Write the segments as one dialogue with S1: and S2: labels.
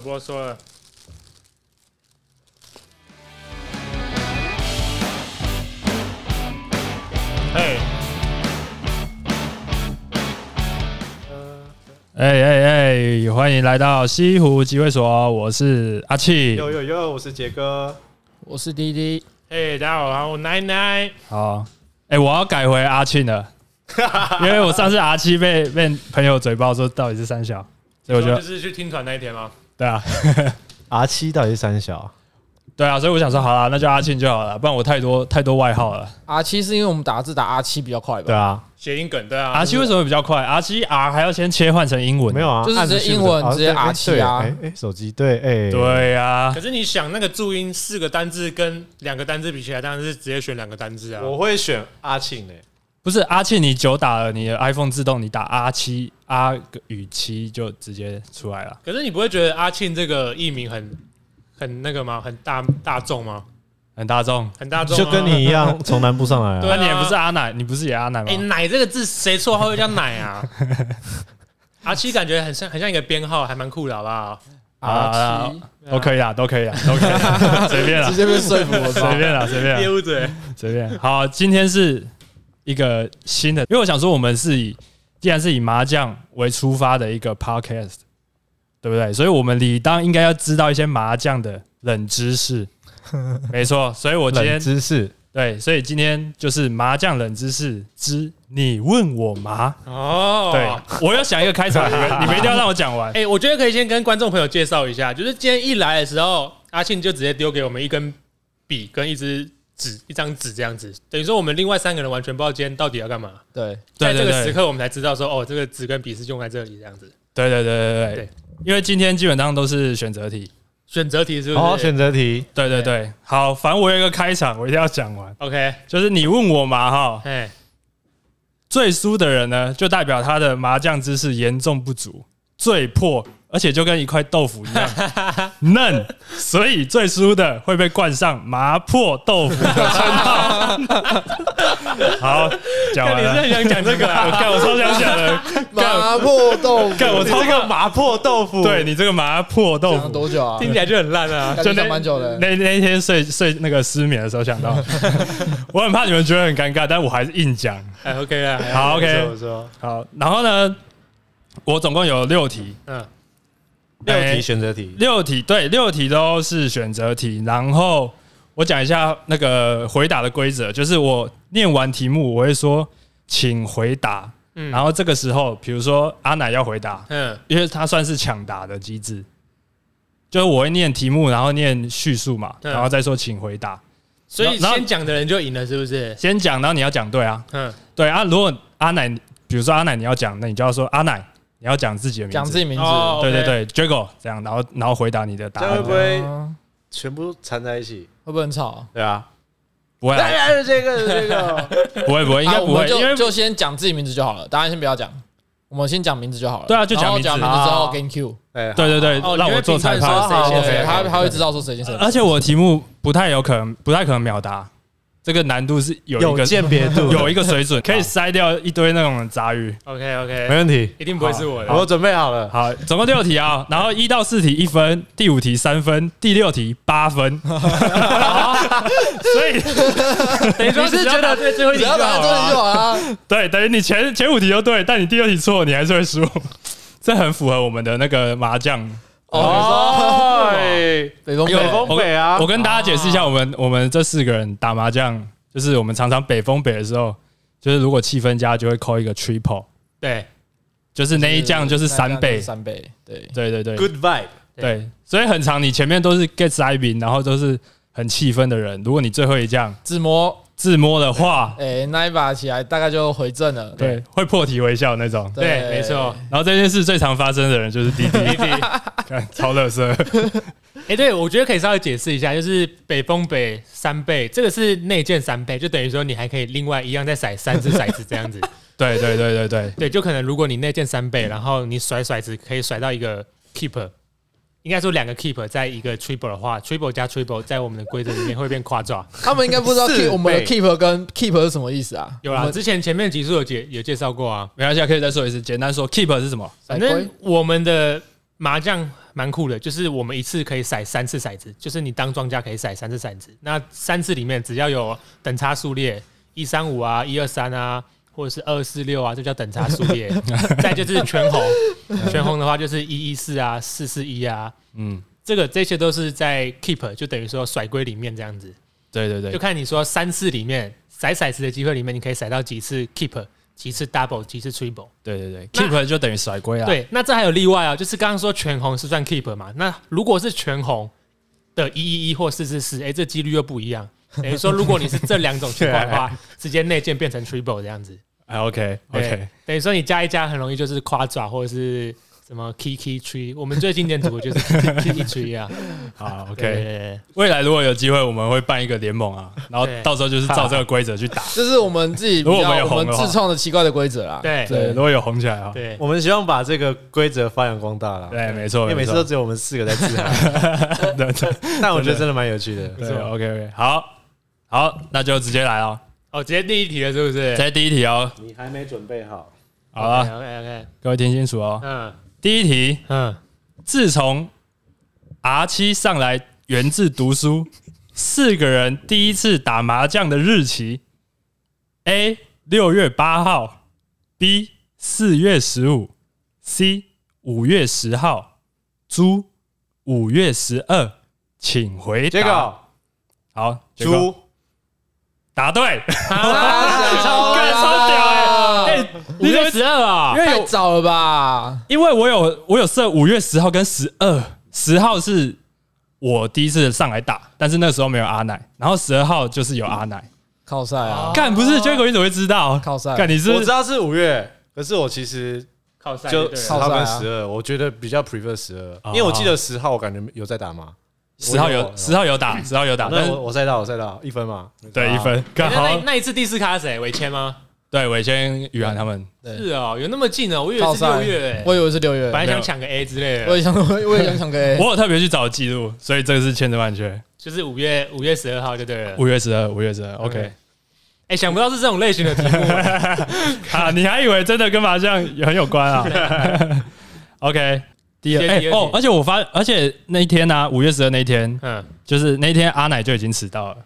S1: 不多说了。嘿，
S2: 哎哎哎！欢迎来到西湖集会所，我是阿气。
S3: 有有有，我是杰哥。
S4: 我是滴滴，
S1: 嘿，大家好，我奶奶。
S2: 好，哎、我要改回阿庆 了，因为我上次阿七被被朋友嘴爆说到底是三小，所以我觉
S1: 就
S2: 得
S1: 是去听团那一天吗？
S2: 对啊
S3: R 七到底是三小？
S2: 对啊，所以我想说好啦，那就阿庆就好了，不然我太多太多外号了。
S4: R 七啊是因为我们打字打 R 七比较快吧？
S3: 对啊，
S1: 谐音梗，对啊。
S2: 阿七为什么比较快？阿七 R 还要先切换成英文，
S3: 没有？啊，
S4: 就是直接
S3: 按着 shift
S4: 英文
S3: 哦
S4: 直接
S3: 对
S4: R7 啊
S3: 哎对哎哎，手机对哎，
S2: 对啊
S1: 可，是你想，那个注音四个单字跟两个单字比起来，当然是直接选两个单字啊。
S3: 我会选阿庆诶。
S2: 不是阿庆，你久打了，你的 iPhone 自动你打阿七 R 与七就直接出来了
S1: 可是你不会觉得阿庆这个艺名很很那个吗？很大大众吗？
S2: 很大众。
S1: 很大众吗，
S3: 就跟你一样， 从南部上来
S1: 对
S3: 啊。
S1: 啊
S2: 那、你也不是阿奶，你不是也阿奶吗？
S1: 哎、奶这个字谁绰号会叫奶 啊？阿七感觉很像很像一个编号，还蛮酷的，好不好？
S2: 啊
S4: ，R 七
S1: 啊
S2: 都可以啊啦，都可以啦，都可 以啦，随便啦
S4: 直，接被说服了
S2: 随
S4: 吧？
S2: 便啦，随便
S1: 业
S2: 啦，
S1: 务嘴，
S2: 随便。好，今天是一个新的，因为我想说，我们是以既然是以麻将为出发的一个 podcast，对不对？所以我们理当应该要知道一些麻将的冷知 识。没错，所以我今
S3: 冷
S2: 天
S3: 知识，
S2: 对，所以今天就是麻将冷知识之你问我麻。
S1: 哦，
S2: 对，我要想一个开场，你们你们一定要让我讲完。
S1: 哎、我觉得可以先跟观众朋友介绍一下，就是今天一来的时候，阿庆就直接丢给我们一根笔跟一支纸，一张纸这样子，等于说我们另外三个人完全不知道今天到底要干嘛。
S4: 对，
S1: 在
S2: 对对
S1: 这
S2: 对
S1: 个时刻，我们才知道说，哦，这个纸跟笔是用在这里这样子。
S2: 对对对对对
S1: 对
S2: 对，因为今天基本上都是选择题。
S1: 选择题是不是？
S3: 好，选择题，
S2: 对对对，好，反正我有一个开场，我一定要讲完。
S1: OK，
S2: 就是你问我嘛哈，
S1: 哎，
S2: 最输的人呢，就代表他的麻将知识严重不足，最破，而且就跟一块豆腐 一样嫩，所以最输的会被冠上麻破豆腐的称号。 好，讲
S1: 看
S2: 完
S1: 你是
S2: 了。
S1: 很想讲这个、啊，
S2: 我干，我超想讲的，
S4: 麻婆啊 豆腐
S2: 干我超
S3: 个麻婆豆腐
S2: 对你这个麻破豆
S4: 讲了
S2: 腐，
S4: 多久啊？
S1: 听起来就很烂 啊。
S4: 感觉讲蛮久的。
S2: 那那一天睡睡那个失眠的时候 想到，我很怕你们觉得很尴尬，但我还是硬讲。
S1: 哎，OK 啊，
S2: 好
S3: 我
S2: ，OK，
S3: 说
S2: 好，然后呢，我总共有六题，
S1: 嗯，
S3: 六
S2: 哎
S3: 题选择题，
S2: 六题对，六题都是选择题。然后我讲一下那个回答的规则，就是我念完题目，我会说请回答。
S1: 嗯
S2: 然后这个时候，比如说阿奶要回答，
S1: 嗯，
S2: 因为他算是抢答的机制，就是我会念题目，然后念叙述嘛，
S1: 对
S2: 然后再说请回答。
S1: 所以
S2: 然后
S1: 先讲的人就赢了，是不是？
S2: 先讲，然后你要讲对啊，
S1: 嗯，
S2: 对啊。如果阿奶，比如说阿奶你要讲，那你就要说阿奶你要讲自己的名字，
S4: 讲自己名字，
S1: 哦
S2: 对对
S1: OK
S2: 对 j a g o 这样，然后然后回答你的答
S3: 这样
S2: 案
S3: 会不。会
S4: 嗯
S3: 全部缠在一起？
S4: 会不会很吵？
S3: 对啊，
S2: 不会啊，
S3: 哎，这个这个，
S2: 不会，不会，应该
S4: 啊
S2: 不
S4: 我
S2: 会，
S4: 们
S2: 因为
S4: 就就先讲自己名字就好了，大家先不要讲，我们先讲名字就好了。
S2: 对啊就讲
S4: 然后
S2: 名字
S4: 名字之
S3: 好
S4: 后给你 Q，
S3: 哎，
S2: 对对对
S1: 哦，
S2: 让
S1: 你
S2: 我
S1: 会
S2: 做裁
S1: 评判
S2: 判。
S1: 说谁先
S3: 好好
S1: 谁
S4: 对，
S3: OK，OK，OK
S4: 他
S1: 先
S4: 他会知道说谁先谁。
S2: 而且我题目不太有可能，不太可能秒答，这个难度是有一
S3: 有
S2: 个
S3: 鉴别度，
S2: 有一个水准，可以筛掉一堆那种杂鱼。
S1: OK
S3: 没
S1: OK，
S3: 问题，
S1: 一定不会是我的。
S3: 我准备好了。
S2: 好，总共六题啊，然后一到四题一分，第五题三分，第六题八 分。所以
S1: 等于说是觉得对最后一
S4: 只
S1: 题就
S4: 要
S1: 好
S4: 把它做进
S1: 了
S4: 去。好 啊，
S2: 对，等于你前前五题都对，但你第六题错，你还是会输。 这很符合我们的那个麻将。
S3: 哦，
S4: 北东北
S3: 有风北啊
S2: 我，跟大家解释一下，我们我们这四个人打麻将，就是我们常常北风北的时候，就是如果气氛佳就会扣一个 triple，
S1: 对，
S2: 就是那一将就是三倍。
S4: 三倍，对，
S2: 对对对
S3: Good vibe，
S2: 对，所以很长，你前面都是 get s i b i n 然后都是很气氛的人。如果你最后一将
S4: 自摸，
S2: 自摸的话，
S4: 哎，那一把起来大概就回正了。
S2: 对，会破涕为笑那种。
S1: 对没错。
S2: 然后这件事最常发生的人就是滴滴，
S1: 弟弟。
S2: 看超乐色。
S1: 哎、对，我觉得可以稍微解释一下，就是北风北三倍，这个是内建三倍，就等于说你还可以另外一样再甩三只骰子这 样子。
S2: 对对对对对，
S1: 对，就嗯可能如果你内建三倍，然后你甩骰子可以甩到一个 keeper，应该说两个 keeper 在一个 triple 的话，triple 加 triple 在我们的规则里面会变跨抓。
S4: 他们应该不知道
S3: 四
S4: keep 我们的
S3: 倍
S4: keep 跟 keep 是什么意思啊？
S1: 有
S4: 我
S1: 啦，
S4: 们
S1: 之前前面集数有介有介绍过啊。
S2: 没关系啊，可以再说一次。简单说，keep 是什么？
S1: 反
S4: 甩龟
S1: 正我们的麻将蛮酷的，就是我们一次可以骰三次骰子，就是你当庄家可以骰三次骰子。那三次里面只要有等差数列，一三五啊，一二三啊，或者是二四六啊，这叫等差数 列。再就是全红，全红的话就是一一四啊，四四一啊，
S2: 嗯，
S1: 这个这些都是在 keep，就等于说甩龟里面这样子，
S2: 对对
S1: 就
S2: 对，
S1: 看你说三次里面骰骰子的机会里面，你可以骰到几次 keep，几次 double，几次 triple。
S2: 对对对
S1: 那
S2: ，keep 就等于甩龟啊。，
S1: 对，那这还有例外啊，就是刚刚说全红是算 keep 嘛，那如果是全红的一一一或四四四，哎，这几率又不一样。等于说，如果你是这两种情况的 话，直接内建变成 triple 这样子。
S2: 哎，OK
S1: 对
S2: OK，
S1: 等于说你加一加，很容易就是夸爪或者是什么 kiki tree。我们最经典组合就是 kiki tree 啊。
S2: 好
S1: 对
S2: OK。
S1: 对对
S2: 未来如果有机会，我们会办一个联盟啊，然后
S1: 对
S2: 到时候就是照这个规则去打。
S4: 这是我们自己比
S2: 如果我们
S4: 较
S2: 有
S4: 我
S2: 红的
S4: 们
S2: 话
S4: 自创的奇怪的规则啦。
S1: 对
S2: 对，如果有红起来啊，
S1: 对
S3: 我们希望把这个规则发扬光大啦。
S2: 对，没错，
S3: 因为每次都
S2: 错
S3: 只有我们四个在 自嗨，
S2: 对对
S3: 但我觉得真的蛮有趣的。
S2: 对，OK OK，好好，那就直接来哦。
S1: 哦，直接第一题了，是不是？
S2: 在第一题哦，
S3: 你还没准备好，
S2: 好啊了，
S1: ，OK OK，
S2: 各位听清楚哦。
S1: 嗯
S2: 第一题，
S1: 嗯，
S2: 自从 R 七上来源自读书，四个人第一次打麻将的日期：A 六月八号，B 四月十五，C 五月十号，猪五月十二，请回答。
S3: 结果
S2: 好，结果
S3: 猪
S2: 答对，
S4: 啊，
S2: 超超屌欸哎、
S4: 哎！
S2: 哎你怎么
S1: 十二啊
S2: 因为
S4: 太
S2: 有
S4: 早了吧？
S2: 因为我有我有设五月十号跟十二，十号是我第一次上来打，但是那时候没有阿奶，然后十二号就是有阿奶。
S4: 靠赛啊，
S2: 干、不是，结果你怎么会知道？
S4: 靠赛
S2: 干你是
S3: 我知道是五月，可是我其实
S1: 靠赛
S3: 就
S1: 对
S3: 十
S1: 了
S3: 号跟
S4: 靠山啊
S3: 十二，我觉得比较 prefer 十二，
S2: 哦
S3: 因为我记得十号我感觉有在打嘛，
S2: 十号
S3: 我
S2: 有十号有打，十号有打，但
S3: 那
S2: 是
S3: 我我赛道我赛道一分嘛，啊
S2: 对一分。
S1: 那
S2: 干
S1: 那
S2: 好，
S1: 那一次第四卡是谁？伟谦吗？
S2: 对伟先宇涵他们，
S4: 对
S1: 是哦，有那么近哦，我以为
S4: 靠
S1: 是
S4: 赛
S1: 六月欸，
S4: 我以为是六月
S1: 本，来想抢个 A 之类
S4: 我
S1: 的，
S4: 也想，我也想抢个 A。
S2: 我有特别去找记录，所以这个是千真万确。
S1: 就是五月五月十二号就对了。
S2: 五月十二，五月十二
S1: OK
S2: ，OK。
S1: 哎，想不到是这种类型的 题目欸，
S2: 啊，你还以为真的跟麻将很有关啊？OK。第二
S1: 直接
S2: 哎、
S1: 第二
S2: 哦
S1: 题，
S2: 而且我发，而且那一天呢、啊，五月十二那一天，
S1: 嗯，
S2: 就是那天阿奶就已经迟到了，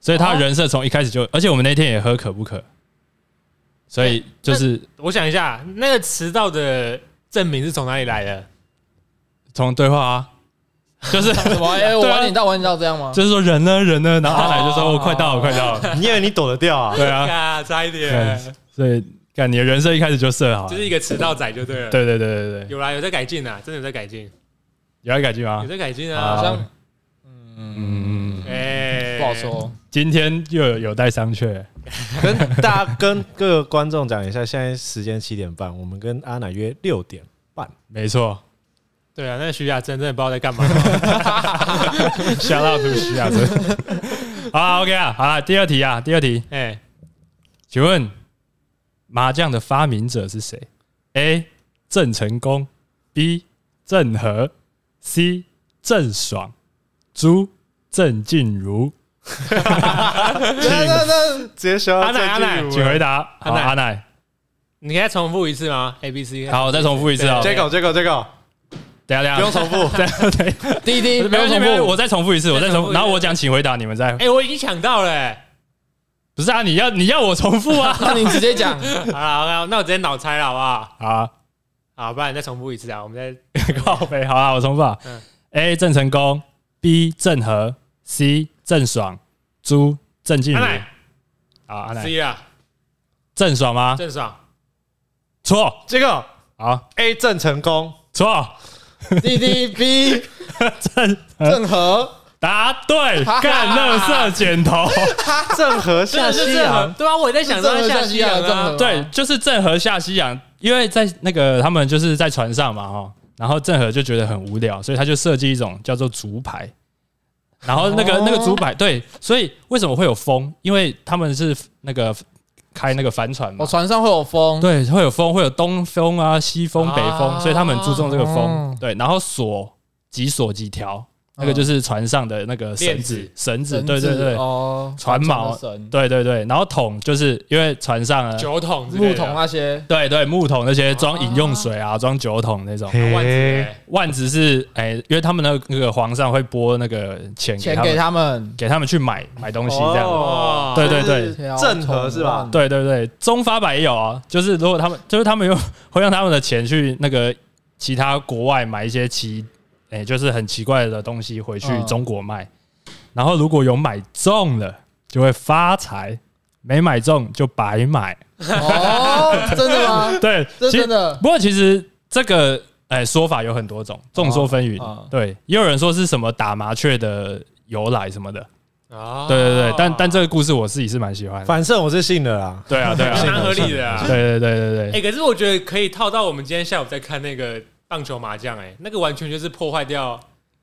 S2: 所以他的人设从一开始就，而且我们那天也喝可不可，所以就是
S1: 我想一下，那个迟到的证明是从哪里来的？
S2: 从对话啊， 就是
S4: 什么？哎，我
S2: 对啊
S4: 晚点到，晚点到这样吗？
S2: 就是说人呢人呢，然后阿奶就
S1: 哦
S2: 说我快到了快到 了，
S3: 你以为你躲得掉啊？
S2: 对啊，
S1: 啊，差一点，
S2: 对，所以看你的人设一开始就设好了
S1: 就，是一个迟到仔就对了。
S2: 对对对对对，
S1: 有啦，有在改进啊，真的有在改进，
S2: 有要改进
S1: 有
S2: 吗？
S1: 在改进
S4: 好
S1: 啊。
S4: 像
S2: 嗯，
S1: 哎，
S4: 不好。说。
S2: 今天又有有待商榷，
S3: 跟大家跟各位观众讲一下，现在时间七点半，我们跟阿奶约六点半，
S2: 没错，
S1: 对啊，那个徐雅珍真的不知道在干 嘛。
S2: 笑到吐息啊，真的 好啊，OK 啊，好啊，第二题啊，第二题，
S1: 哎，
S2: 请问麻将的发明者是谁？A. 郑成功，B. 郑和，C. 郑爽，猪郑静茹。请
S3: 直接消
S1: 阿奶阿奶
S2: 请回答。
S1: 阿
S2: 好，
S1: 奶
S2: 阿奶，
S1: 你可以再重复一次吗？A B C。
S2: 好，我再重复一次哦。
S3: 这个这个这个
S2: 等一下等
S3: 不用
S2: 一下，
S3: 重
S2: 对
S3: 复，
S2: 对，
S4: 滴滴，
S2: 没关系，没关系，我
S4: 在？
S2: 再重复一次，我再
S1: 再重
S2: 重
S1: 复一
S2: 复，
S1: 次
S2: 然后我讲，请回答，你们再。
S1: 哎，我已经抢到了欸。
S2: 不是啊，你要你要我重复啊
S4: 那你直 接讲，
S1: 好啦，好啦，那我直接脑猜了，好不好？
S2: 啊，
S1: 好，不然你再重复一次啊，我们再
S2: 靠背，好啊，我重复啊
S1: 嗯。
S2: A. 郑成功，B. 郑和，C. 郑爽，猪郑静茹
S1: 阿。
S2: 好，阿
S1: 奶
S2: 奶，
S1: C 啦，
S2: 郑爽吗？
S1: 啊郑爽，
S2: 错，
S3: 这个
S2: 好
S3: A 正 成功，
S2: 错，
S4: 滴滴 B
S2: 正
S4: 郑和，
S2: 答对，干乐色剪头，
S3: 郑和下西洋，
S1: 对啊，我也在想
S4: 郑
S1: 说
S4: 和
S1: 下西洋
S4: 郑和
S1: 啊，
S2: 对，就是郑和下西洋，因为在那个他们就是在船上嘛，哦，然后郑和就觉得很无聊，所以他就设计一种叫做竹排，然后那个、
S4: 哦
S2: 那个竹排，对，所以为什么会有风？因为他们是那个开那个帆船嘛
S4: 我，船上会有风，
S2: 对，会有风，会有东风啊、西风、北风，
S1: 啊
S2: 所以他们很注重这个风。
S4: 哦
S2: 对，然后锁几锁几条，那个就是船上的那个绳
S1: 链
S2: 子
S1: 子，
S2: 绳子，
S4: 绳
S2: 对对
S4: 子
S2: 对，
S4: 哦，
S2: 船锚
S4: 船绳、
S2: 对对对。然后桶就是因为船上呢，
S1: 酒桶之类
S4: 木
S1: 的
S4: 桶，啊那些，
S2: 对对木桶那些装饮用水啊，装酒桶那种。
S1: 万子
S3: 嘿，
S1: 欸
S2: 万子是哎、因为他们那个那个皇上会拨那个钱给
S4: 钱
S2: 他
S4: 给
S2: 们，
S4: 他 们，
S2: 给他们去买买东西这样。
S1: 哦
S2: 对对对
S3: 就是郑和是吧？
S2: 对对对，中发白也有啊，就是如果他们就是他们又会让他们的钱去那个其他国外买一些奇，哎、就是很奇怪的东西回去
S4: 嗯
S2: 中国卖，然后如果有买中了就会发财，没买中就白买。
S4: 哦，真的吗？
S2: 对，
S4: 这
S2: 其
S4: 真
S2: 实
S4: 的啊
S2: 不过其实这个哎、说法有很多种，众说纷纭。
S4: 哦嗯
S2: 对，也有人说是什么打麻雀的由来什么的。
S1: 哦
S2: 对对对，但但这个故事我自己是蛮喜欢的。
S3: 反正我是信了啦。
S2: 对啊对啊，
S1: 蛮
S2: 对
S1: 合理的啊。
S2: 对对对对
S1: 哎、可是我觉得可以套到我们今天下午在看那个棒球麻将，哎，那个完全就是破坏掉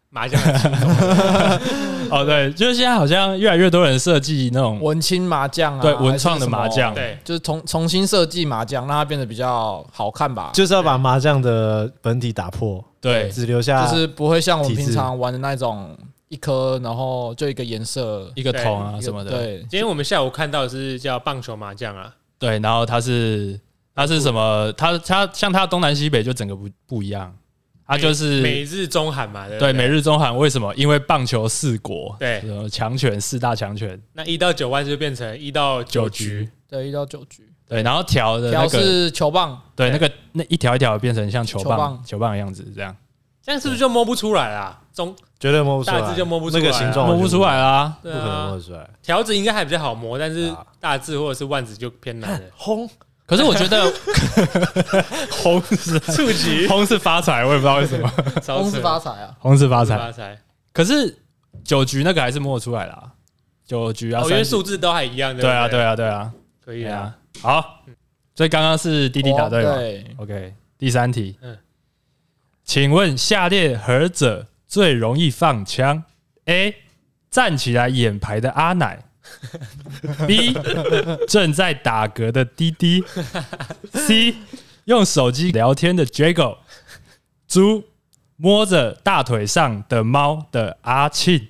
S1: 麻将的气氛。
S2: 哦，对，就是现在好像越来越多人设计那种
S4: 文青麻将啊，
S2: 对文创的麻
S4: 还是什么
S2: 将，
S1: 对，
S4: 就是重重新设计麻将，让它变得比较好看吧，
S3: 就是要把麻将的本体打破，
S2: 对
S3: 只留下
S4: 就是不会像我们
S3: 体制
S4: 平常玩的那种一颗，然后就一个颜色
S2: 一个桶啊
S4: 一个
S2: 什么的，
S4: 对，
S1: 今天我们下午看到的是叫棒球麻将啊，
S2: 对，然后它是它是什么？它它像它东南西北就整个不不一样，它就
S1: 美
S2: 是
S1: 日中韩嘛，对不对
S2: 对美日中韩为什么？因为棒球四国，
S1: 对
S2: 什么强权四大强权
S1: 那一到九万就变成一到九局，，
S4: 对，一到九局，
S2: 对，然后调的那
S4: 条
S2: 个
S4: 是球棒，
S2: 对那个那一条一条变成像球
S4: 球
S2: 棒
S4: 棒
S2: 球棒的样子这样，
S1: 这样是不是就摸不出来啊啦？中
S3: 绝对摸不出来，
S1: 大致就摸不出来啊
S3: 那个形状
S2: 摸不出来，啦。
S3: 不
S1: 对
S3: 可能摸
S1: 啊
S3: 得，出来。
S1: 条子应该还比较好摸，但是
S3: 啊。
S1: 大字或者是万字就偏难了
S3: 轰，
S2: 可是我觉 得红是
S1: 触及
S2: 红是发财，我也不知道为什么
S1: 超
S4: 公司
S1: 扯
S4: 发财啊，
S2: 红是发
S1: 公司
S2: 财。
S1: 发财，
S2: 可是九局那个还是摸得出来啦，九局啊，
S1: 哦，因
S2: 三
S1: 为
S2: 局
S1: 数字都还一样，
S2: 对啊，
S1: 不
S2: 对，啊，对啊，
S1: 可以
S2: 对
S1: 啊。
S2: 啊。好，所以刚刚是滴滴答对
S4: 哦
S2: 吧
S4: 对，
S2: ？OK，第三题，
S1: 嗯
S2: 请问下列何者最容易放枪？A. 站起来眼排的阿奶，B. 正在打嗝的滴滴，C. 用手机聊天的 Jago，猪摸着大腿上的猫的阿庆。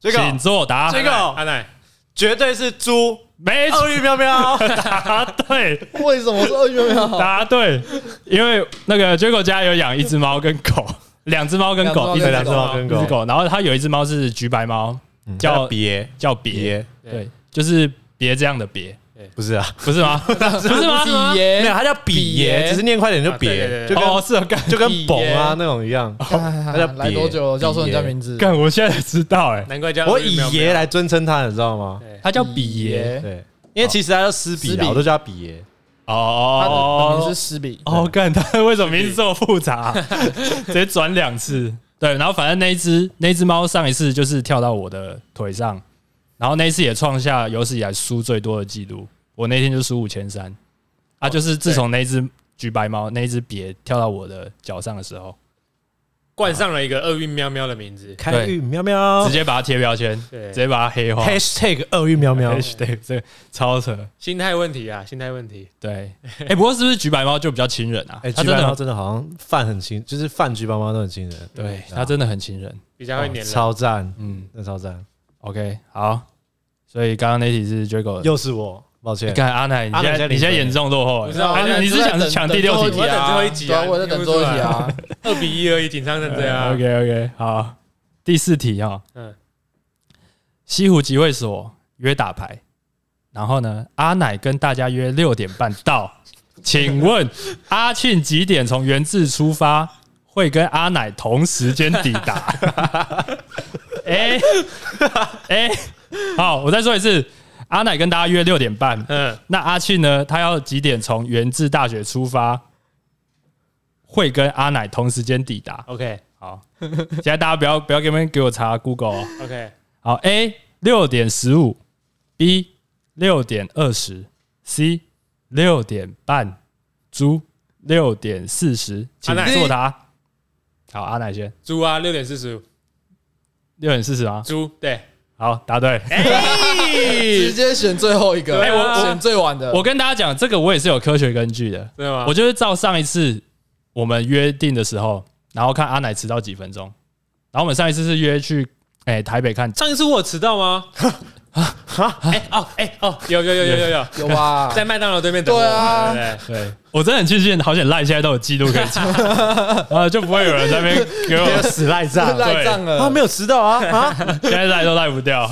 S3: 这个
S2: 请作答。
S3: 这个
S1: 阿奶，
S3: 绝对是猪，
S2: 没错，
S3: 鳄鱼喵喵，
S2: 答对，
S4: 为什么是二月秒？
S2: 答对，因为那个 Jago 家有养一只猫跟狗，两只猫跟狗，一
S4: 两
S2: 只
S4: 只
S3: 对，
S4: 猫
S3: 两只猫跟
S4: 跟狗
S2: 一只
S3: 狗，
S2: 狗，然后他有一只猫是橘白猫，叫
S3: 别
S2: 叫别，
S3: 别，
S2: 对，就是别这样的别，
S3: 不是啊，
S2: 不是吗？不是吗？
S4: 比
S3: 没有，
S4: 耶，
S3: 它叫比
S4: 比耶
S3: 耶，只是念快点就
S1: 啊对
S3: 别，
S1: 对对
S3: 就
S2: 哦，
S3: 跟
S2: 是啊，干
S3: 就跟
S4: 比耶
S3: 蹦啊那种一样。
S4: 它
S3: 叫
S4: 来
S3: 比耶
S4: 多久了？教授
S3: 比耶
S4: 你家名字？
S2: 干，我现在才知道哎，
S1: 难怪叫
S3: 我以爷
S1: 来。
S3: 来尊称它，你知道吗？
S2: 他叫比耶，
S3: 对，因为其实它叫斯比
S4: 斯比
S3: 啦，我都叫它比耶。
S2: 哦
S4: 他的本
S2: 哦
S4: 名
S2: 哦
S4: 是斯比，
S2: 哦，干他为什么名字这么复杂啊？直接转两次。对，然后反正那一只那一只猫上一次就是跳到我的腿上，然后那一次也创下有史以来输最多的记录。我那天就输五千三啊，就是自从那一只橘白猫那一只别跳到我的脚上的时候，
S1: 冠上了一个厄运喵喵的名字。
S3: 开运喵喵
S2: 直接把它贴标签，
S1: 对
S2: 直接把它黑化。
S3: ，#hashtag 鳄鱼喵喵，
S2: 对，这个超扯。
S1: 心态问题啊，心态问题。
S2: 对，哎，不过是不是橘白猫就比较亲人啊？
S3: 哎，
S2: 它
S3: 橘
S2: 真
S3: 爸妈
S2: 的
S3: 真的好像饭很亲，就是饭橘爸妈都很亲人，
S2: 对，它真的很亲人。
S1: 比较会黏人。
S3: 哦超赞，
S2: 嗯
S3: 那超赞，
S2: ，OK，好。所以刚刚那题是 Jago
S3: 又是我，抱歉，
S2: 看阿奶，你
S3: 阿
S2: 现
S3: 奶
S2: 在
S3: 在
S2: 你现在
S3: 零分
S2: 严重落后
S1: 不
S2: 欸，
S1: 是啊
S2: 哎
S1: 阿奶
S2: 你是想
S4: 等
S2: 抢第六
S4: 等
S2: 题
S1: 我在等最后一集啊
S4: 对我在等最后一集啊。
S1: 二比一而已，紧张成这 样。
S2: OK OK，好，第四题哈，
S1: 嗯，
S2: 西湖集会所约打牌，然后呢，阿奶跟大家约六点半到，请 问阿庆几点从原自出发？会跟阿奶同时间抵 达？哎哎，好，我再说一次，阿奶跟大家约六点半，
S1: 嗯，
S2: 那阿庆呢？他要几点从源自大学出发？会跟阿奶同时间抵达。
S1: OK
S2: 好，现在大家不要不要给你们给我查 Google、哦。
S1: OK，
S2: 好，A 六点十五，B 六点二十，C 六点半，猪六点四十，请
S1: 阿奶
S2: 作答。好，阿奶先，
S1: 猪啊，六点四十五，
S2: 六点四十啊。
S1: 猪对。
S2: 好，答对。
S4: 直接选最后一个，
S1: 对啊
S4: 我选最晚的，
S2: 我跟大家讲，这个我也是有科学根据的。
S1: 对吗？
S2: 我就是照上一次我们约定的时候，然后看阿奶迟到几分钟，然后我们上一次是约去哎、台北看，
S1: 上一次我有迟到吗？哎哦哎哦，有有有有有有，
S4: 有吧？
S1: 在麦当劳对面等我。
S4: 啊对啊
S1: 对对
S2: 对我真的很庆幸，好险赖现在都有记录可以查，然后就不会有人在那边给我
S3: 死赖账
S4: 赖账了，
S3: 啊，没有迟到 啊啊！
S2: 现在赖都赖不掉。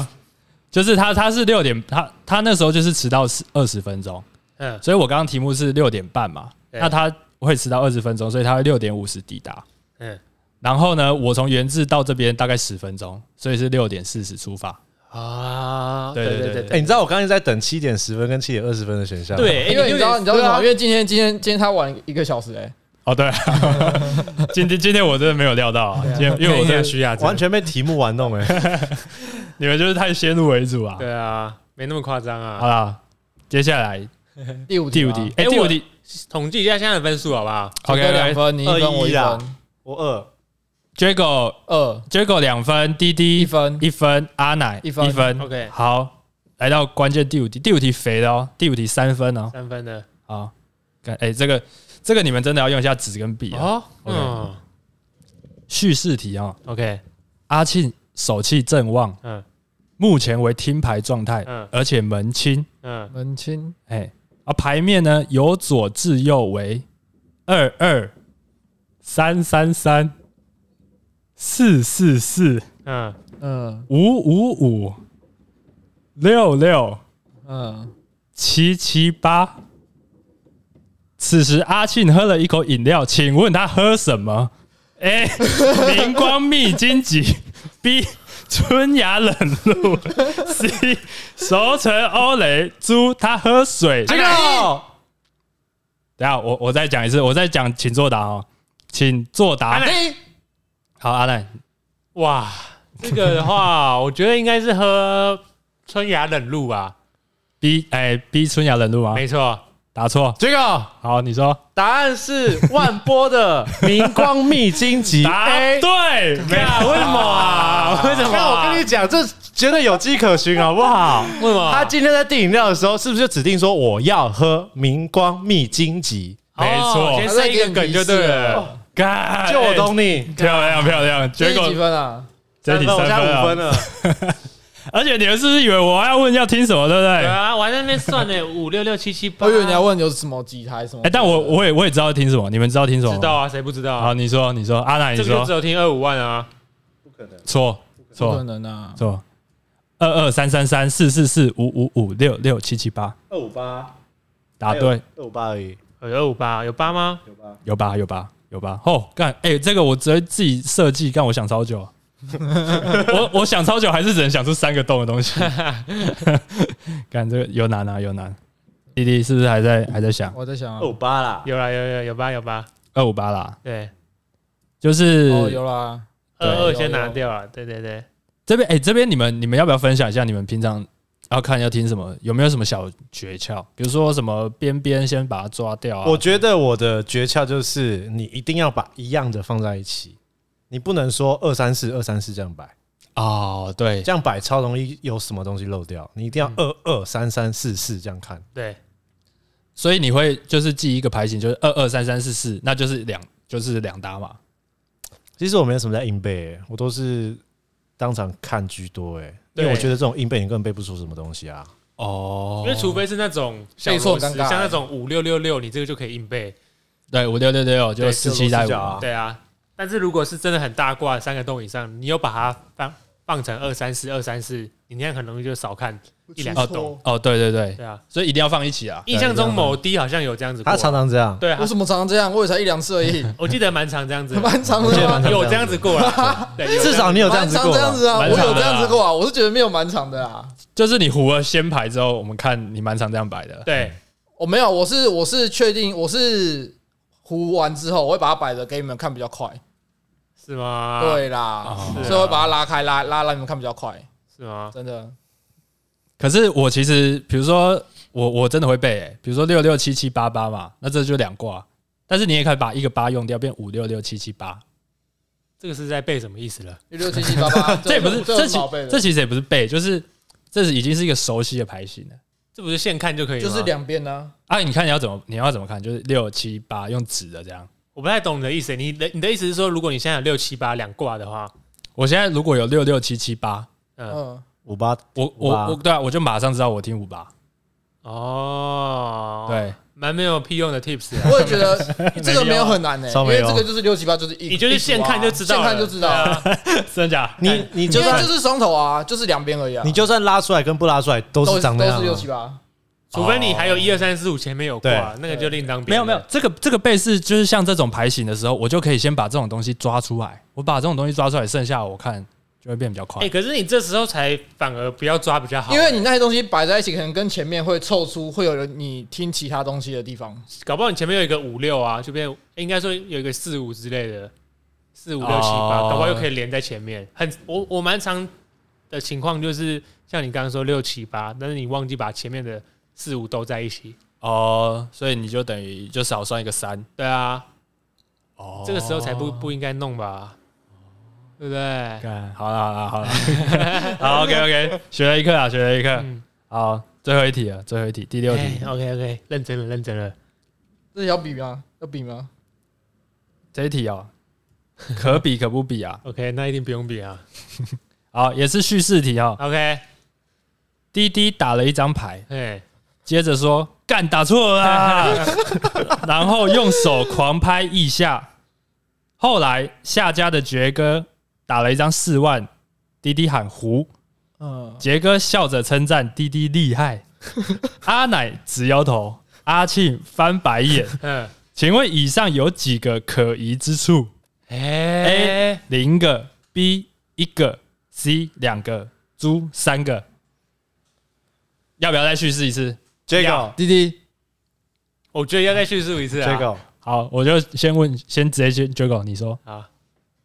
S2: 就是他，他是六点，他他那时候就是迟到二十分钟，
S1: 嗯，
S2: 所以我刚刚题目是六点半嘛，
S1: 对
S2: 那他会迟到二十分钟，所以他会六点五十抵达。
S1: 嗯
S2: 嗯，然后呢，我从原治到这边大概十分钟，所以是六点四十出发。
S1: 啊，
S2: 对
S1: 对
S2: 对
S1: 对
S2: 对
S3: 哎，你知道我刚才在等七点十分跟七点二十分的选项，，
S1: 对，
S4: 因为你知道，你知道为
S1: 对
S4: 什么？
S1: 啊
S4: 因为今天，今天，今天他晚一个小时，哎，
S2: 哦，对， 今天今天我真的没有料到啊，今天因为我真的
S1: 徐雅
S3: 完全被题目玩弄 哎。
S2: 你们就是太先入为主啊。
S1: 对啊，没那么夸张
S2: 好
S1: 啊。
S2: 啦，接下来
S4: 第五
S2: 第五
S4: 吧
S2: 题，
S1: 哎
S2: 哎，第五
S1: 我
S2: 题
S1: 统计一下现在的分数好不好？
S4: 我得两
S2: ，OK，
S4: 分，你一分，我一
S3: 二一啦
S4: 分，
S3: 我二，
S2: Jago
S4: 二
S2: Jago 两分，滴滴
S4: 一分，
S2: 一分，阿奶
S4: 一分
S2: 一分
S1: OK
S2: 好，来到关键第五题，第五题肥的哦，第五题三分哦，
S1: 三分的
S2: 好，看，哎、这个这个你们真的要用一下纸跟笔啊。
S1: 哦，嗯
S2: 叙事题哦，
S1: ，OK，
S2: 阿庆手气正旺，
S1: 嗯
S2: 目前为听牌状态，
S1: 嗯
S2: 而且门清，
S1: 嗯，
S4: 门清
S2: 哎、啊，牌面呢由左至右为二二三三三四四四
S1: 嗯，
S4: 嗯
S2: 五五五六六。
S4: 嗯，
S2: 七七八。此时阿庆喝了一口饮料，请问他喝什么？A. 灵光蜜金桔 B. 春芽冷露 C. 熟成欧蕾猪，他喝水。
S1: 这个
S4: 啊
S2: 等一下我我再讲一次，我再讲，请作答哦，请作
S1: 阿
S2: 答。
S1: 奶
S2: 好，阿奈，
S1: 啊哇，这个的话， 我觉得应该是喝春芽冷露吧，
S2: B 哎、B 春芽冷露吗？
S1: 没错，
S2: 答错。
S1: 这个
S2: 好，你说
S3: 答案是万 波的明光蜜金棘
S2: 答
S3: A。
S2: 对，没 有
S3: 为什么啊？为什么、我跟你讲，这绝对有迹可循，好不好？
S1: 为什么
S3: 他今天在订饮料的时候，是不是就指定说我要喝明光蜜金桔？
S2: 没
S1: 哦
S2: 错
S1: 先设一个梗就对
S4: 哦
S1: 了。
S2: 干，
S3: 就我懂你，
S2: 漂亮漂亮，
S4: 这
S2: 结
S4: 一
S2: 果
S4: 几分啊？
S2: 这题
S3: 三分我现
S2: 三
S3: 在
S2: 啊
S3: 五分了。
S2: 而且你们是不是以为我要问要听什么，对不对？
S1: 对
S2: 哎、
S1: 啊，我还在那边算呢，五六六七七八。
S4: 我以哎为你要问有什么几台什么，
S2: 哎但我我也我也知道听什么，你们知道听什么吗？
S1: 知道啊，谁不知道
S2: 好，
S1: 啊？
S2: 你说你说，阿奶你
S1: 这个就
S2: 说
S1: 只有听二五万啊，
S2: 错
S4: 不可
S2: 错
S4: 能啊，
S2: 错，二二三三三四四四五五五六六七七八，
S3: 二五八，啊
S2: 答对，，
S3: 二五八而已，
S1: 有二五八，有八吗？
S3: 有吧？
S2: 有吧有吧有吧。哦，干，哎、这个我直接自己设计，干我想超久。 我我想超久，还是只能想出三个洞的东西。 干这个有难啊，有难。弟弟是不是还在还在想
S4: 我在想啊，
S3: 二五八啦，
S1: 有啦，有有有八有八，
S2: 二五八啦？
S1: 对，
S2: 就是、
S4: 哦有啦，
S1: 二
S2: 对
S1: 二
S4: 有
S1: 先拿
S4: 有
S1: 掉了，对对对。
S2: 这边哎、这边你们你们要不要分享一下你们平常要看要听什么？有没有什么小诀窍？比如说什么边边先把它抓掉啊？
S3: 我觉得我的诀窍就是，你一定要把一样的放在一起，你不能说二三四二三四这样摆，
S2: 哦，对
S3: 这样摆超容易有什么东西漏掉。你一定要
S4: 嗯
S3: 二二三三四四这样看，
S1: 对，
S2: 所以你会就是记一个牌型，就是二二三三四四，那就是两就是两搭嘛。
S3: 其实我没有什么在硬背、欸我都是当场看居多、欸，因为
S1: 对
S3: 我觉得这种硬背你根本背不出什么东西啊。
S2: 哦
S1: 因为除非是那种小
S4: 背错
S1: 螺丝
S4: 很尴尬
S1: 像那种五六六六，你这个就可以硬背。
S2: 对五六六六就
S1: 对
S2: 四七带
S3: 就螺丝角
S2: 五
S3: 啊，
S1: 对啊，但是如果是真的很大挂三个洞以上，你又把它放放成二三四二三四，你那样很容易就少看一两个洞。
S2: 哦对对对，
S1: 对啊，
S2: 所以一定要放一起啊。
S1: 印象中某 D 好像有这样子过
S3: 他，常常这样，
S1: 对啊
S4: 为，什么常常这样？我也才一两次而已，
S1: 我记得蛮常这样子 的，
S4: 蛮常
S3: 我记得
S4: 的
S3: 蛮
S4: 啊，
S3: 常
S1: 有这样子过啦。对，有这
S3: 至
S1: 样
S3: 少你有这样
S4: 蛮
S3: 子
S4: 常
S3: 过
S4: 这
S3: 吧、
S4: 样子啊，我
S2: 蛮常的啊
S4: 有这样子过啊，我是觉得没有蛮常的啊，
S2: 就是你胡了先牌之后，我们看你蛮常这样摆的。
S1: 对
S4: 我哦没有，我是我是确定我是糊完之后，我会把它摆着给你们看比较快，
S1: 是吗？，
S4: 对啦，
S2: 哦
S1: 是啊
S4: 所以会把它拉开拉拉让你们看比较快，
S1: 是吗？
S4: 真的。
S2: 可是我其实，比如说我我真的会背、欸，比如说六六七七八八嘛，那这就两卦。但是你也可以把一个八用掉，变五六六七七八，
S1: 这个是在背什么意思了？
S4: 六六七七八八，
S2: 这也不是
S4: 这
S2: 这
S4: 是
S2: 其
S4: 宝贝的，
S2: 这其实也不是背，就是这是已经是一个熟悉的牌型了。
S1: 这不是现看就可以吗？
S4: 就是两边呢。
S2: 啊，你看你要怎么你要怎么看，就是六七八用纸的这样，
S1: 我不太懂你的意思。你的你的意思是说，如果你现在有六七八两挂的话，
S2: 我现在如果有六六七七八，
S1: 嗯，
S4: 嗯，
S3: 五八
S2: 我
S3: 五八
S2: 我我对啊，我就马上知道我听五八。
S1: 哦，，
S2: 对，
S1: 蛮没有屁用的 tips 啊。
S4: 嗯我也觉得这个没有很难呢、欸
S3: 超
S4: 因
S3: 没
S4: 为
S3: 用
S4: 这个就是六七八，就是一，啊
S1: 你就是现看就知道
S4: 现
S1: 了，
S4: 看就知道
S1: 对
S4: 了，
S1: 啊
S2: 真的假？
S1: 哎
S3: 你你
S4: 因
S3: 就
S4: 为就
S3: 算
S4: 是双头啊，就是两边而已啊，
S3: 你就算拉出来跟不拉出来都
S4: 都
S3: 是长那
S4: 都
S3: 样
S4: 是六
S3: 啊
S4: 七，八，
S1: 除非你
S4: 哦
S1: 还有一二三四五前面有挂
S3: 对，
S1: 那个就另当别
S2: 没有
S1: 论
S2: 没有，，这个这个背式就是像这种牌型的时候，我就可以先把这种东西抓出来。我把这种东西抓出来，剩下我看就会变比较快。
S1: 哎，可是你这时候才反而不要抓比较好，欸
S4: 因为你那些东西摆在一起，可能跟前面会凑出会有人你听其他东西的地方。
S1: 搞不好你前面有一个五六啊，就变应该说有一个四五之类的，四五六七八，
S2: 哦
S1: 搞不好又可以连在前面。很我我蛮常的情况就是像你刚刚说六七八，但是你忘记把前面的四五都在一起。
S2: 哦，所以你就等于就少算一个三。
S1: 对啊，
S2: 哦
S1: 这个时候才不不应该弄吧，对不对？
S2: 干好了好了好了，好 OK OK，学了一课啊，学了一课。
S1: 嗯哎
S2: 好，最后一题了，最后一题，第六题。
S1: OK OK，认真了认真了，
S4: 这要比吗？要比吗？
S2: 这一题哦，可比可不比啊？
S1: OK，那一定不用比啊。
S2: 好，也是叙事题哦。
S1: OK，
S2: 滴滴打了一张牌，
S1: 哎，
S2: 接着说干打错了 啊，然后用手狂拍腋下。后来夏家的杰哥打了一张四万，滴滴喊胡，
S4: 嗯，
S2: 杰哥笑着称赞滴滴厉害， 阿奶直摇头，阿庆翻白眼。
S1: 嗯，
S2: 请问以上有几个可疑之处？
S1: 哎，
S2: 零个，B 一个，C 两个，猪三个。要不要再叙事一次？
S3: 这
S1: 要
S3: 个
S2: 滴滴，
S1: 我觉得要再叙述一次啊。
S3: 这个
S2: 好，我就先问，先直接先 j o 你说
S1: 啊，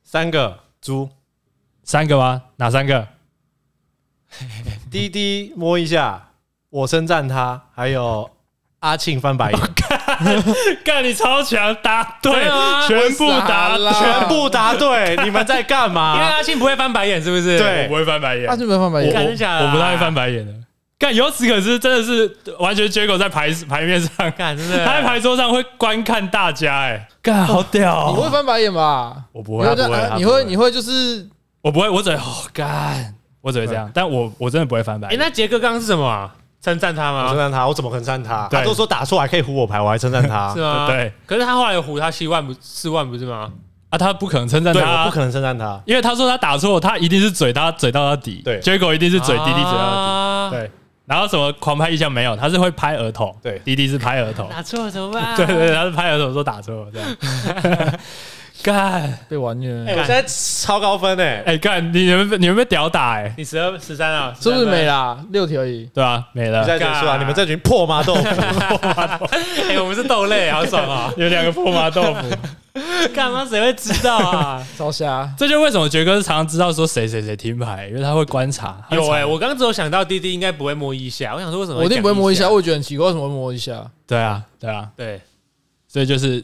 S3: 三个猪
S2: 三个吗？哪三 个？
S3: 滴滴摸一下，我称赞他，还有阿庆翻 白眼，
S2: 干你超强，答对，
S1: 啊
S2: 全部答
S4: 我傻啦
S3: 全部答对，你们在干
S1: 因为
S3: 嘛？
S1: 阿信不会翻白眼，是不是？
S3: 对
S2: 我不会翻白眼，
S4: 啊，这没办法，
S1: 干真假的啊
S2: 我不太会翻白眼的。干，由此可知，真的是完全 j o 在牌 牌面上，
S1: 干真
S2: 他
S1: 的，
S2: 在牌桌上会观看大家，哎，干好屌
S4: 你会
S2: 哦！
S4: 翻白眼吧？
S2: 我不会，
S4: 你会
S2: 我
S4: 这
S2: 不
S4: 样
S2: 会，
S4: 啊，你会你会就是
S2: 我不会，我只会哦干，我只会这样，但我我真的不会翻白
S1: 哎、
S2: 眼。
S1: 那杰哥刚刚是什么、啊？称赞他
S3: 我称
S1: 吗？
S3: 赞他，我怎么称赞他？啊
S2: 对
S3: 他都说打错还可以胡我牌，我还称赞他
S4: 啊
S1: 是。吗？
S2: 对。
S1: 可是他后来有唬他七万不四万不是吗？
S2: 啊，他不可能称赞
S3: 对，
S2: 他
S3: 我不
S2: 啊，
S3: 可能称赞他。
S2: 因为他说他打错，他一定是嘴他嘴到他底，
S3: 对
S2: 结果一定是嘴滴滴嘴到
S1: 啊
S2: 底，对。然后什么狂拍一下没有，他是会拍额头，
S3: 对
S2: 滴滴是拍额头，
S1: 打错了怎么啊办？
S2: 对对，对，他是拍额头说打错这样。 干，
S4: 被玩虐
S3: 哎，我现在超高分诶，
S2: 哎干，你们被你们被屌打哎，
S1: 你十二十三啊，
S4: 是不是没
S1: 了？
S4: 啦？六题而已。
S2: 对吧？没
S3: 你
S2: 了，
S3: 在结束啊？
S1: 干
S3: 你们这群破麻 豆腐，
S1: 哎、我们是豆类，好爽啊！
S2: 有两个破麻豆腐，
S1: 干嘛谁会知道啊？
S4: 烧虾，
S2: 这就为什么杰哥常常知道说谁谁谁听牌，因为他会观察。他
S1: 有哎、
S2: 常
S1: 我刚刚只有想到弟弟应该不会摸一下，我想说为什么
S4: 我一定不会摸一下，
S1: 下。
S4: 我也觉得很奇怪，为什么会摸一下？
S2: 对啊，对啊，
S1: 对，
S2: 所以就是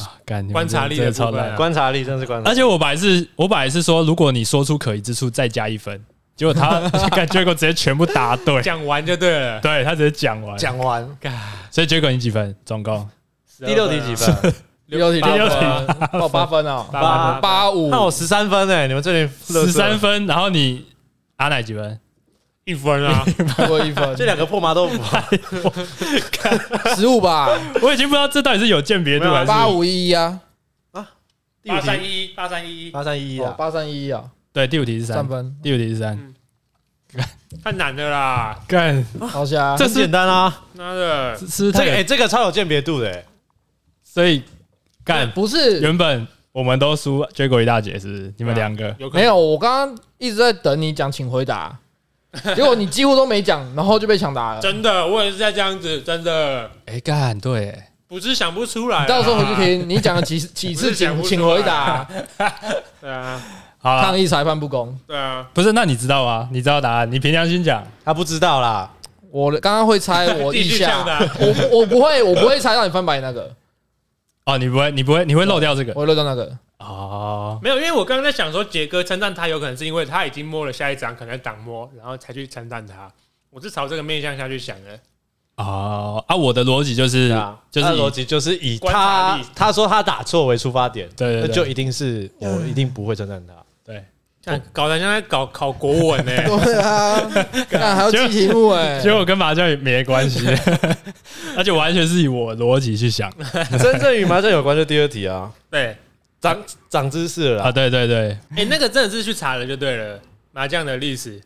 S2: 啊，干你们
S1: 观察
S2: 真
S1: 力的
S2: 真的超
S1: 部分
S2: 烂
S1: 啊。
S3: 观察力真是观察
S2: 而
S3: 力。
S2: 且我本来是，我本来是说，如果你说出可疑之处，再加一分。结果他感结果直接全部答对，
S1: 讲完就对了。
S2: 对他直接讲完。
S3: 讲完
S2: 所以结果你几分？总共
S3: 第六题几
S1: 分？
S3: 分？啊
S4: 第六题，
S1: 八
S4: 第六
S1: 分
S4: 题，哦，八分哦，
S1: 八八
S4: 八五，
S3: 那我十三分哎诶，你们这群垃圾
S2: 十三，分。然后你阿奶几分？
S1: 一分 啊！
S4: 多一分
S3: 这，两个破麻豆腐，
S4: 十五吧，
S2: 我已经不知道这到底是有鉴别度
S3: 没有
S2: 还是
S4: 八五一一啊，
S3: 第五题
S1: 一，八三一一，
S3: 八三一一
S4: 哦
S3: 啊，
S4: 八三一一啊，
S2: 对，第五题是
S4: 三
S2: 三，
S4: 分，
S2: 第五题是三。
S1: 太难的啦！
S2: 干，
S4: 烧虾，
S2: 这
S3: 很简
S2: 是
S3: 单啊。
S1: 妈的，
S2: 是是
S3: 这
S2: 这
S3: 个诶，哎
S2: 个，
S3: 这个超有鉴别度的哎诶，
S2: 所以干
S4: 不是
S2: 原本我们都输，结果一大姐是不是你们两个
S1: 有可能
S4: 没有，我刚刚一直在等你讲，请回答，结果你几乎都没讲，然后就被抢答了。
S1: 真的，我也是在这样子，真的
S2: 哎干对，哎
S1: 不是想不出来啊。
S4: 你到时候回去听，你讲了 几几
S1: 不
S4: 次，
S1: 是讲不
S4: 请
S1: 出
S4: 请
S1: 来
S4: 回答，
S1: 对啊，
S2: 好啦
S4: 抗议裁判不公。
S1: 对啊，
S2: 不是？那你知道吗？你知道答案？你凭良心讲。
S3: 他不知道啦。
S4: 我刚刚会猜我
S1: 继
S4: 意
S1: 续这样
S4: 下
S1: 的，啊
S4: 我不我不会我不会猜到你翻白眼那 个，
S2: 哦，你不会，你不会，你会漏掉这个
S4: 我会漏掉那个。
S2: 哦。
S1: 没有，因为我刚刚在想说，杰哥称赞他，有可能是因为他已经摸了下一张，可能挡摸，然后才去称赞他。我是朝这个面向下去想的，
S2: 哦啊，我的逻辑就是、
S3: 啊，
S2: 就
S3: 他的逻
S2: 是
S3: 辑就是以
S1: 观察
S3: 他
S1: 力
S3: 他说他打错为出发点，
S2: 对对
S3: 那
S2: 对
S3: 就一定是我一定不会称赞他。
S2: 对，
S1: 看搞得像在搞考国文欸呢、
S4: 对啊，看还要记题目哎、
S2: 结果跟麻将也没 关系，而且完全是以我逻辑去想
S3: 真正与麻将有关就第二题啊，
S1: 对，
S3: 长长知识了
S2: 啊。
S3: 啦。
S2: 对对对
S1: 哎、那个真的是去查了就对了，麻将的历史。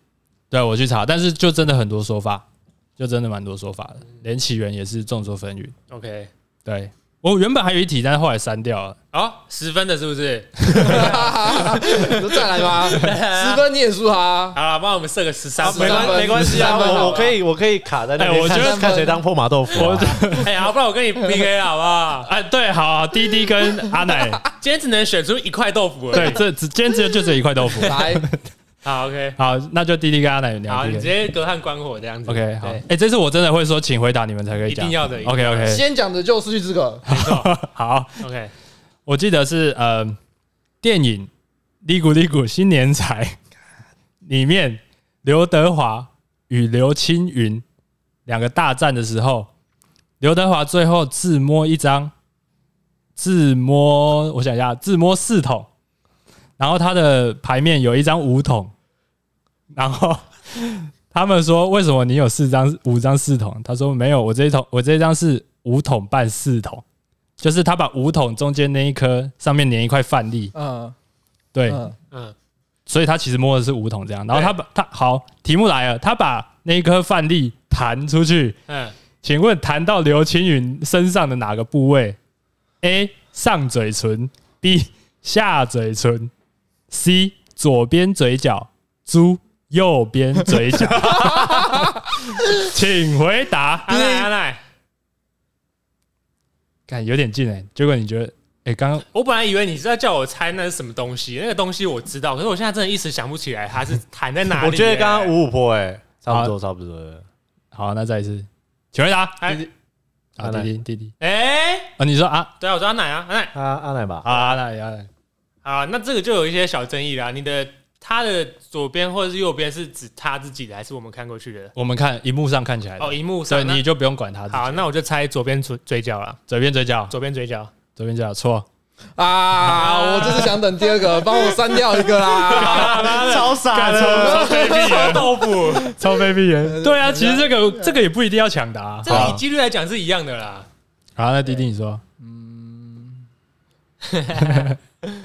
S2: 对，我去查，但是就真的很多说法，就真的蛮多说法的，连起源也是众说纷纭。
S1: OK，
S2: 对我原本还有一题，但是后来删掉了。
S1: 好、十分的是不是？
S4: 你说 再来吗？ 十分你也输他啊、
S1: 好了，帮我们设个十三
S3: 啊
S1: 分
S3: 没。关
S4: 13分
S3: 没关系啊，
S4: 13分好了
S3: 我我可以我可以卡在那
S2: 哎
S3: 边，
S2: 我觉
S4: 得
S3: 看看谁当破马豆腐啊。
S1: 哎、好，不然我跟你 PK 了好不 好？
S2: 哎，对，好好，滴滴跟阿奶，
S1: 今天只能选出一块豆腐。
S2: 对，，这只今天只有就只有一块豆腐。
S4: 来，
S1: 好，OK，
S2: 好，那就滴滴跟阿奶聊
S1: 好，
S2: 这
S1: 你
S2: 个
S1: 直接隔汉关火这样子。
S2: OK，好，哎
S1: 对、
S2: 这次我真的会说，请回答你们才可以讲，
S1: 一定要的一定
S2: OK
S1: 要的
S2: OK，
S4: 先讲的就失去资格。
S2: 好，
S1: ，OK，
S2: 我记得是呃，电影《利古利古新年财》里面，刘德华与刘青云两个大战的时候，刘德华最后自摸一张，自摸，我想一下，自摸四筒，然后他的牌面有一张五筒，然后。他们说：“为什么你有四张、五张四筒？”他说：“没有，我这一筒，我这一张是五筒半四筒。”就是他把五桶中间那一颗上面粘一块饭粒，
S4: 嗯，
S2: 对，
S4: 嗯
S1: 嗯，
S2: 所以他其实摸的是五桶这样。然后他把他好，题目来了，他把那一颗饭粒弹出去，
S1: 嗯，
S2: 请问弹到刘青云身上的哪个部位？A 上嘴唇，B 下嘴唇，C 左边嘴角，猪右边嘴角，请回答。
S1: 阿奶阿奶，
S2: 看有点近哎、结果你觉得哎，刚、刚
S1: 我本来以为你是要叫我猜那是什么东西，那个东西我知道，可是我现在真的一时想不起来它是弹在哪里、
S3: 我觉得刚刚
S1: 我
S3: 五五破哎，差不多差不多。
S2: 好，那再一次，请回答。
S1: 哎
S2: 啊，弟弟弟弟
S1: 哎、
S2: 啊，你说啊
S1: 对啊，我说阿奶啊，阿奶。
S3: 阿阿奶吧，
S2: 啊那也啊
S1: 啊，那这个就有一些小争议啦。你的他的左边或者是右边是指他自己的，还是我们看过去的？
S2: 我们看荧幕上看起来的
S1: 哦，，荧幕
S2: 所以
S1: 上。那
S2: 你就不用管他自己。
S1: 好，那我就猜左边嘴嘴角了，
S2: 左边嘴角，
S1: 左边嘴角。
S2: 左边嘴角错，
S4: 啊，我就是想等第二个，帮我删掉一 个啦。
S3: 超傻
S2: 干
S3: 的。
S2: 超超卑鄙人，
S1: 豆腐，
S2: 超卑鄙人。对啊，其实这个这个也不一定要抢答。
S1: 这个
S2: 好
S1: 以，几率来讲是一样的 啦。
S2: 好那弟弟你说，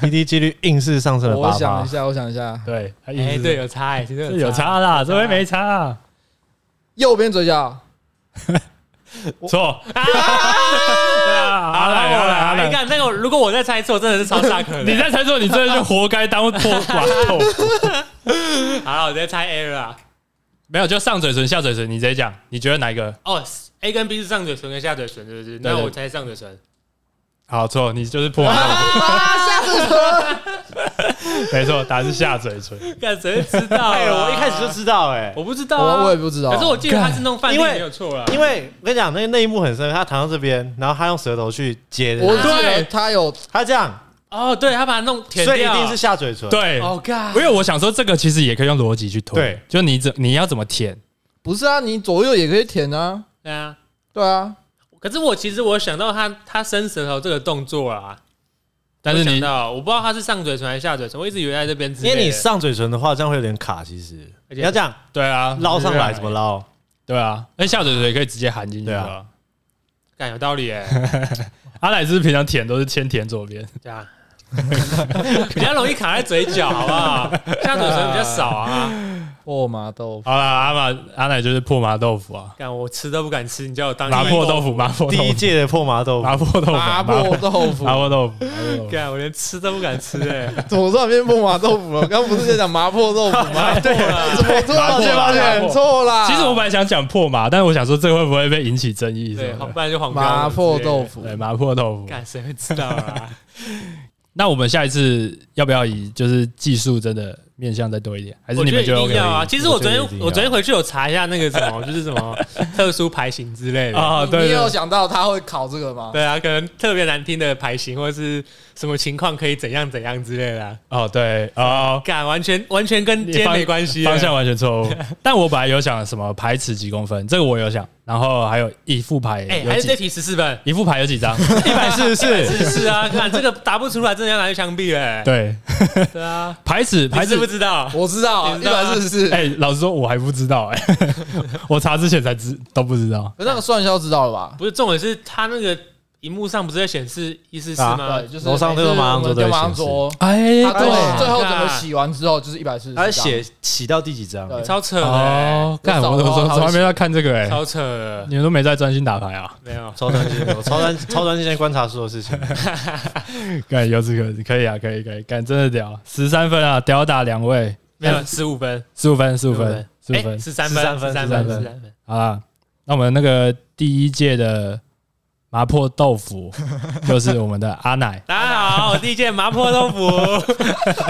S3: 滴滴几率硬是上升了
S4: 我
S3: 八
S4: 想
S3: 八
S4: 一。下，我想一下，
S2: 对，他意思
S1: 哎，
S2: 是
S1: 对，有差，哎其实
S2: 这有差啦，这边没差啊，
S4: 右边嘴角，
S2: 错。对啊，阿
S1: 好
S2: 啊来
S1: 来
S2: 阿
S1: 我
S2: 来阿
S1: 哎来，你
S2: 来，
S1: 看那个，如果我再猜错，真的是超大可 能。
S2: 你在猜错，你真的就活该当破寡头。
S1: 好了，我直接猜啊 A 了啦。
S2: 没有，就上嘴唇、下嘴唇，你直接讲，你觉得哪一个？
S1: 哦，A 跟 B 是上嘴唇跟下嘴唇，是不是？
S2: 对
S1: 那
S2: 对
S1: 我猜上嘴唇。
S2: 好错，你就是破 寡头。
S1: 啊
S2: 没错，答案是下嘴唇。
S1: 干谁会知 道啊？
S3: 哎，我一开始就 知道哎，
S1: 我不知道啊，
S4: 我我也不知道
S1: 可。是我记得他是弄饭店
S3: 干因为
S1: 没有错啊啦。
S3: 因为我跟你讲，那个那一幕很深，他躺到这边，然后他用舌头去接，
S4: 我记得
S1: 对
S4: 他有
S3: 他这样，
S1: 哦，对他把它弄舔
S3: 所以一
S1: 掉，
S3: 定是下嘴唇。，
S2: 对，
S1: 哦
S2: 因
S1: ，God，
S2: 为我想说，这个其实也可以用逻辑去推，
S3: 对，
S2: 就你怎你要怎么填，
S4: 不是啊？你左右也可以舔啊，
S1: 对啊。
S4: 对啊，
S1: 可是我其实我想到他他伸舌头这个动作啊，
S2: 但是
S1: 我想
S2: 你
S1: 到我不知道他是上嘴唇还是下嘴唇，我一直以为在这边之类
S3: 因
S1: 的，
S3: 为你上嘴唇的话，这样会有点卡。其实
S1: 而
S3: 你
S1: 且
S3: 要这样
S2: 对啊，
S3: 捞上来，
S1: 对
S3: 怎么捞？
S2: 对啊，那下嘴唇也可以直接含进去
S3: 对啊
S2: 啊。
S1: 感有道理哎，
S2: 阿乃是平常舔都是先舔左边，
S1: 这样比较容易卡在嘴角，好不好？下嘴唇比较少啊，
S4: 破麻豆腐。
S2: 好啦，阿玛阿乃就是破麻豆腐啊，
S1: 干我吃都不敢吃，你叫我当
S2: 麻婆豆
S1: 腐，
S2: 腐，麻婆
S3: 第
S2: 豆
S3: 一
S2: 腐，
S3: 届的破麻豆腐，
S2: 麻婆豆腐，
S4: 麻
S2: 麻
S4: 婆
S2: 麻，
S4: 豆腐
S2: 婆豆腐，麻婆豆腐
S1: 干我连吃都不敢吃哎，
S4: 怎么突然变破麻豆腐了？刚不是在讲麻婆豆腐吗？
S1: 对了，
S4: 怎么错了？
S2: 麻婆
S4: 抱
S2: 麻
S4: 歉
S2: 婆
S4: 错啦。
S2: 其实我本来想讲破麻，但是我想说这会不会被引起争议什
S1: 对，
S2: 么
S1: 不然就黄标
S4: 麻婆豆
S1: 腐，
S4: 腐，
S2: 对，麻婆豆腐。
S1: 干谁会知道啊？
S2: 那我们下一次要不要以就是技术真的面向再多一点，还是
S1: 我
S2: 你
S1: 觉得
S2: 们
S1: 一
S2: 觉得
S1: 定
S2: OK？
S1: 要啊！其实我昨天
S3: 我觉得一定要
S1: 我昨天回去有查一下那个什么， 就是什么特殊牌型之类的。
S2: 啊，
S4: 你
S2: 对，对
S4: 有想到他会考这个吗？
S1: 对啊，可能特别难听的牌型，或者是什么情况可以怎样怎样之类的、啊，
S2: 哦，对哦，
S1: 感完全完全跟今
S2: 你
S1: 天
S2: 方
S1: 没关系、啊
S2: 方向。完全错误。但我本来有想什么排尺几公分，这个我有想，然后还有一副牌
S1: 哎，
S2: 有
S1: 还是这
S2: 几，
S1: 题十四分，
S2: 一副牌有 几张？
S3: 一百四 十四，
S1: 是是啊，看这个答不出来，真的要拿去枪毙哎。
S2: 对，
S1: 对啊，
S2: 牌子
S1: 你
S2: 牌
S1: 知
S2: 子
S1: 不知道？
S4: 我知道
S1: 你
S4: 一
S1: 知道
S4: 百
S1: 啊
S4: 四十四，
S2: 哎、老实说，我还不知道哎、 我查之前才知都不知道。
S4: 可是那个算一下就知道了吧？
S1: 不是重点是他那个荧幕上不是在显示一四四
S3: 啊
S1: 吗
S4: 对，？就是
S3: 楼上这个马上
S4: 就
S3: 做对
S4: 马上
S3: 形式
S4: 做，哦
S2: 哎
S4: 他最
S1: 对
S4: 最后整个洗完之后就是一百四十，
S3: 他写洗到第几张？
S4: 对
S1: 超扯的欸，
S2: 哦，干，我
S4: 我找
S2: 我
S4: 到
S2: 从
S4: 好几
S2: 从来没在看这个哎、
S1: 超扯的，
S2: 你们都没在专心打牌啊？
S1: 没有。
S3: 超专心，我超专超专心在观察所有事情。
S2: 干，有这个可以啊，可以可以，干，真的屌，十三分啊，屌打两位，
S1: 没有十五分，
S2: 十五分，十
S1: 十
S2: 五分，哎十五分，
S1: 哎十三
S3: 13
S1: 分，
S3: 分
S1: 三
S3: 13
S1: 分，
S3: 分
S1: 十三分。
S2: 好啦，那我们那个第一届的麻婆豆 腐就是我们的阿 奶，
S1: 大家好，我第一件麻婆豆腐。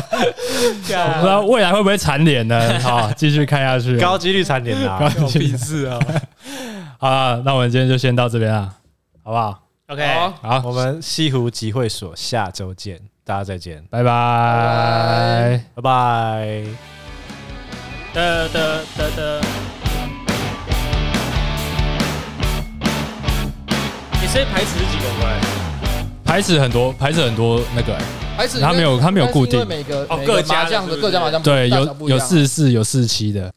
S2: 不知道未来会不会缠脸 呢？好，继续看下去。
S3: 高几率惨点
S2: 高
S3: 啦！
S1: 鄙视啊
S2: 好啦，那我们今天就先到这边啊，好不好？
S1: ！OK，
S4: 好
S2: 好，
S3: 我们西湖集会所下周见，大家再见，
S2: 拜拜。
S3: 拜拜。
S1: 的的的的。你现在排尺是几公分？
S2: 牌子很多，牌子很多那个、欸
S4: 还是
S2: 他没有他没有固定
S4: 每个
S1: 哦
S4: 每
S1: 各
S4: 个
S1: 家
S4: 麻
S1: 的
S4: 将
S1: 是
S4: 的
S1: 不
S4: 各家
S1: 是
S4: 麻将
S2: 对，
S4: 大小
S2: 有
S4: 不一
S2: 有
S4: 样啊
S2: 四四有四七的，